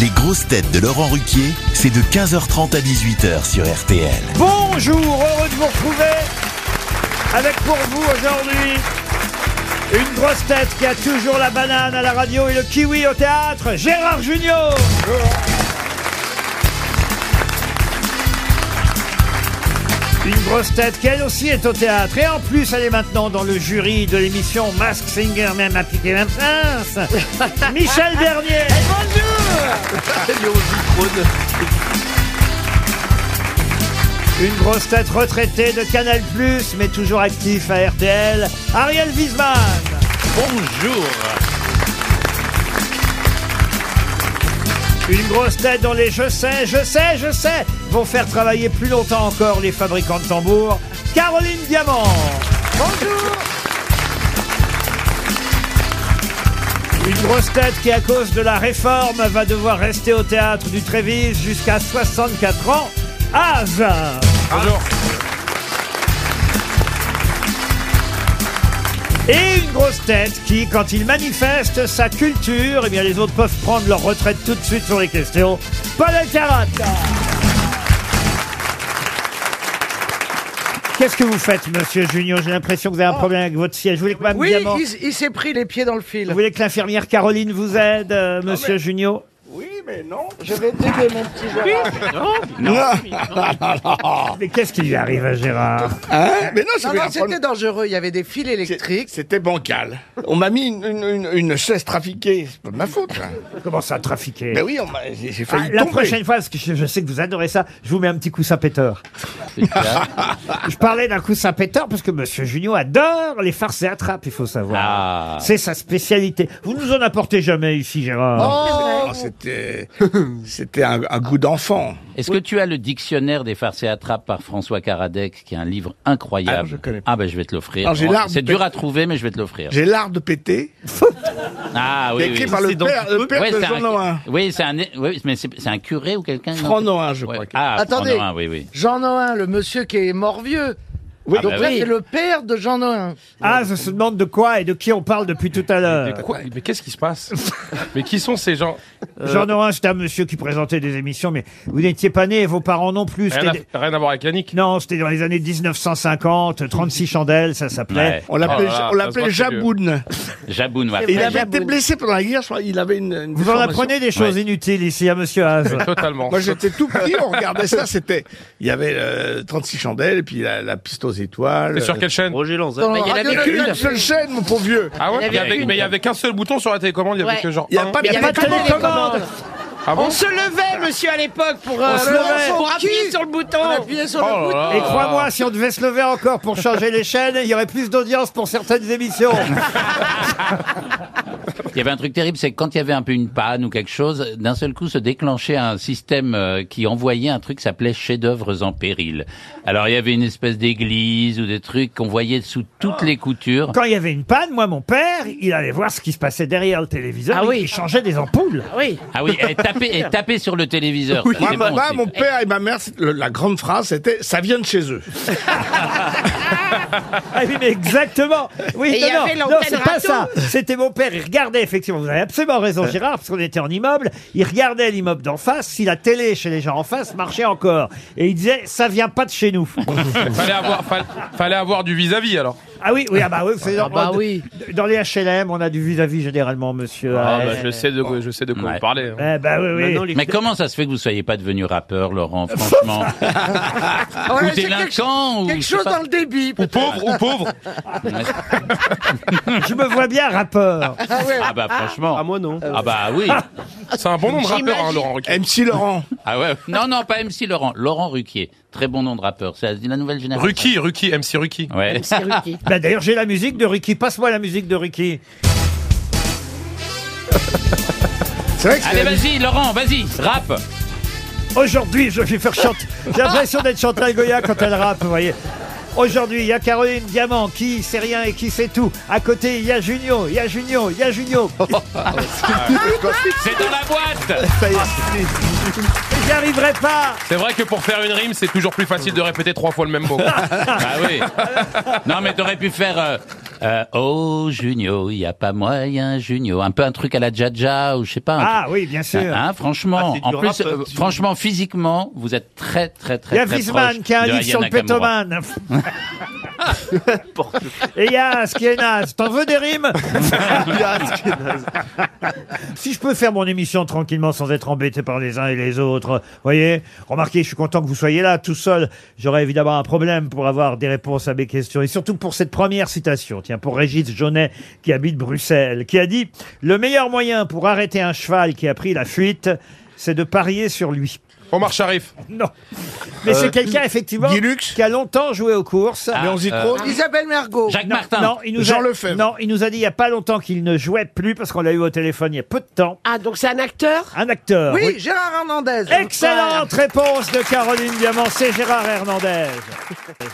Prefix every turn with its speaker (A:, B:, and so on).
A: Les grosses têtes de Laurent Ruquier, c'est de 15h30 à 18h sur RTL.
B: Bonjour, heureux de vous retrouver avec pour vous aujourd'hui une grosse tête qui a toujours la banane à la radio et le kiwi au théâtre, Gérard Junior. Une grosse tête qui elle aussi est au théâtre et en plus elle est maintenant dans le jury de l'émission Mask Singer même appliqué même prince. Michel Bernier. Une grosse tête retraitée de Canal+, mais toujours actif à RTL, Ariel Wiesman.
C: Bonjour.
B: Une grosse tête dont les je sais, je sais, je sais vont faire travailler plus longtemps encore les fabricants de tambours, Caroline Diamant. Bonjour. Une grosse tête qui, à cause de la réforme, va devoir rester au théâtre du Trévis jusqu'à 64 ans. Az
C: Bonjour.
B: Et une grosse tête qui, quand il manifeste sa culture, eh bien les autres peuvent prendre leur retraite tout de suite sur les questions. Paul Alcarat Qu'est-ce que vous faites, monsieur Junior J'ai l'impression que vous avez un problème avec votre siège. Vous voulez que Mme
D: Oui,
B: Diamant-
D: il, il s'est pris les pieds dans le fil.
B: Vous voulez que l'infirmière Caroline vous aide, euh, monsieur Junio
D: Je vais t'aider, mon petit Gérard.
B: Mais qu'est-ce qui lui arrive à Gérard
E: Hein Mais non, c'est
D: Non,
E: bien
D: non,
E: un
D: c'était
E: problème.
D: dangereux. Il y avait des fils électriques.
E: C'était bancal. On m'a mis une, une, une- une chaise trafiquée. C'est pas de ma faute. ça.
B: Comment ça, trafiquer
E: Ben oui, on m'a- j'ai j'ai
B: Ah,
E: failli
B: la
E: tomber.
B: prochaine fois, parce que je, je sais que vous adorez ça, je vous mets un petit coussin péteur. je parlais d'un coussin péteur parce que Monsieur Junio adore les farces et attrapes, il faut
F: Ah.
B: savoir. C'est sa spécialité. Vous nous en apportez jamais ici, Gérard.
E: Oh, c'était c'était un, un goût d'enfant.
F: Est-ce que tu as le dictionnaire des farces et attrapes par François Karadec, qui est un livre incroyable
E: Ah, je connais pas.
F: Ah ben je vais te l'offrir.
E: Alors, j'ai l'arme.
F: C'est dur à trouver, mais je vais te l'offrir.
E: J'ai l'art de péter.
F: Ah oui,
E: écrit
F: oui.
E: par le
F: C'est
E: père- le père de
F: c'est
E: Jean
F: un-
E: Nohain.
F: Oui, c'est un, oui, mais c'est c'est un curé ou quelqu'un non
E: Franc Nohain, je
F: Ouais.
E: crois.
F: Ah,
D: Attendez.
F: Franc Nohain, oui, oui.
D: Jean Nohain, le monsieur qui est mort vieux. Ah,
F: Oui,
D: Donc
F: bah
D: là,
F: oui.
D: c'est le père de Jean Nohain.
B: Ah, je se demande de quoi et de qui on parle depuis tout à l'heure.
C: Quoi Mais qu'est-ce qui se passe Mais qui sont ces gens
B: J'en aurais un, c'était un monsieur qui présentait des émissions, mais vous n'étiez pas né et vos parents non plus.
C: rien à,
B: C'était-
C: rien à voir avec Yannick.
B: Non, c'était dans les années 1950, 36 chandelles, ça s'appelait.
F: Ouais.
E: On l'appelait
C: Oh là là,
E: on
C: ça se voit
E: l'appelait
C: que c'est vieux.
E: Jaboun.
F: Jaboun, ouais.
E: Et il
D: vrai,
E: avait été
D: Jaboun.
E: blessé pendant la guerre. je crois. Il avait une, une
B: Vous en
E: déformation.
B: apprenez des choses
F: Ouais.
B: inutiles ici à Monsieur Haas.
C: Totalement.
E: Moi j'étais tout petit, on regardait ça, c'était... Il y avait euh, 36 chandelles, et puis la, la piste aux étoiles.
C: T'es sur quelle chaîne
D: Dans
G: il y en
D: Radio
G: avait
D: Nocturne.
E: Une seule chaîne, mon pauvre vieux
C: Ah ouais
G: Euh, Il y
C: Il y
G: avait
C: avait-
G: une.
C: Mais il y avait qu'un seul bouton sur la télécommande, Hein il y avait
G: Ouais.
C: que genre
E: Il y a
C: un.
E: pas
G: Il y
E: de
G: avait pas de télécommande.
C: Ah bon
G: On se levait, monsieur, à l'époque pour, euh,
B: On se levait.
G: pour
D: Son
G: appuyer
D: cul.
G: sur le bouton.
D: On appuyait sur le
C: Oh
D: bouton.
C: là là.
B: Et crois-moi, si on devait se lever encore pour changer les chaînes, il y aurait plus d'audience pour certaines émissions.
F: Il y avait un truc terrible, c'est que quand il y avait un peu une panne ou quelque chose, d'un seul coup se déclenchait un système euh, qui envoyait un truc qui s'appelait chefs-d'œuvre en péril. Alors il y avait une espèce d'église ou des trucs qu'on voyait sous toutes les coutures.
B: Quand il y avait une panne, moi, mon père, il allait voir ce qui se passait derrière le téléviseur.
G: Ah
B: il-
G: oui.
B: Il changeait des ampoules.
G: Oui.
F: Ah oui, et taper, et taper sur le téléviseur. ça,
E: Moi,
F: c'est
E: ma-
F: bon
E: moi,
F: aussi.
E: mon père et ma mère, c'est- le- la grande phrase, c'était « ça vient de chez eux
B: Ah oui, mais exactement. Oui,
G: Et il y
B: non,
G: avait
B: non,
G: l'antenne
B: non, c'est pas
G: râteau.
B: ça. C'était mon père. Il regardait, effectivement. Vous avez absolument raison, Gérard, parce qu'on était en immeuble. Il regardait l'immeuble d'en face. Si la télé chez les gens en face marchait encore. Et il disait, ça vient pas de chez nous.
C: fallait, avoir, fall- fallait avoir du vis-à-vis alors.
B: ah oui, oui, ah bah oui. vous savez,
D: Ah bah
B: dans-
D: oui.
B: Dans les HLM, on a du vis-à-vis généralement, monsieur.
C: Ah,
B: Haas.
C: bah, je sais de quoi, je sais de quoi
F: Ouais.
C: vous parlez. hein.
B: Eh bah oui, oui.
F: Mais comment ça se fait que vous soyez pas devenu rappeur, Laurent, franchement
D: Ouais,
F: Ou
D: c'est quelque-
F: délinquant ou
D: Quelque
F: je sais
D: chose
F: pas.
D: dans le débit.
C: Ou pauvre, ou pauvre.
B: Je me vois bien rappeur.
F: Ah bah franchement. Ah moi non. Ah bah oui.
C: C'est un bon nom de rappeur, hein, Laurent ». Ruquier.
E: MC Laurent
F: Ah ouais. Non non pas MC Laurent, Laurent Ruquier. Très bon nom de rappeur. C'est la nouvelle génération.
C: Ruki, Ruki, MC Ruki.
F: Ouais.
G: C'est Ruki.
B: Bah, D'ailleurs, j'ai la musique de Ricky. Passe-moi la musique de Ricky.
E: C'est vrai que
F: Allez
E: c'est la musique.
F: vas-y Laurent, vas-y, rap.
B: Aujourd'hui, je vais faire chanter. J'ai l'impression d'être Chantal Goya quand elle rappe, vous voyez. Aujourd'hui, il y a Caroline Diamant qui sait rien et qui sait tout. À côté, il y a Junio, il y a Junio, il y a Junio.
F: C'est dans la boîte.
B: J'y arriverai pas.
C: C'est vrai que pour faire une rime, c'est toujours plus facile de répéter trois fois le même mot.
F: Ah oui. Non mais t'aurais pu faire euh, euh, Euh, oh, Junio, il n'y a pas moyen, Junio. Un peu un truc à la Jaja ou je sais pas. un
B: Ah
F: truc-
B: oui, bien sûr.
F: Hein,
H: Ah,
F: franchement,
H: c'est
F: en
H: du
F: plus,
H: rap,
F: euh,
H: tu-
F: franchement, physiquement, vous êtes très, très,
B: Il y
F: très,
B: a
F: très
B: Wiesmann
F: proche
B: qui a un
F: de
B: livre
F: Aya
B: sur le
F: Nakamura.
B: pétomane. Et il y a Askenaz. T'en veux des rimes Si je peux faire mon émission tranquillement sans être embêté par les uns et les autres, voyez, remarquez, je suis content que vous soyez là tout seul. J'aurais évidemment un problème pour avoir des réponses à mes questions et surtout pour cette première citation. Tiens, pour Régis Jaunet qui habite Bruxelles, qui a dit Le meilleur moyen pour arrêter un cheval qui a pris la fuite, c'est de parier sur lui.
C: Omar Sharif.
B: Non. Mais c'est quelqu'un, effectivement, qui a longtemps joué aux courses.
E: Léon
D: euh,
E: trop
G: Ah.
D: Isabelle Mergot.
F: Jacques
B: Non,
F: Martin.
B: non, il nous
E: Jean
B: a,
E: Lefebvre.
B: Non, il nous a dit il n'y a pas longtemps qu'il ne jouait plus parce qu'on l'a eu au téléphone il y a peu de temps.
G: Ah, donc c'est un acteur
B: Un acteur.
D: Oui, Gérard Hernandez.
B: Excellente réponse de Caroline Diamant, c'est Gérard Hernandez.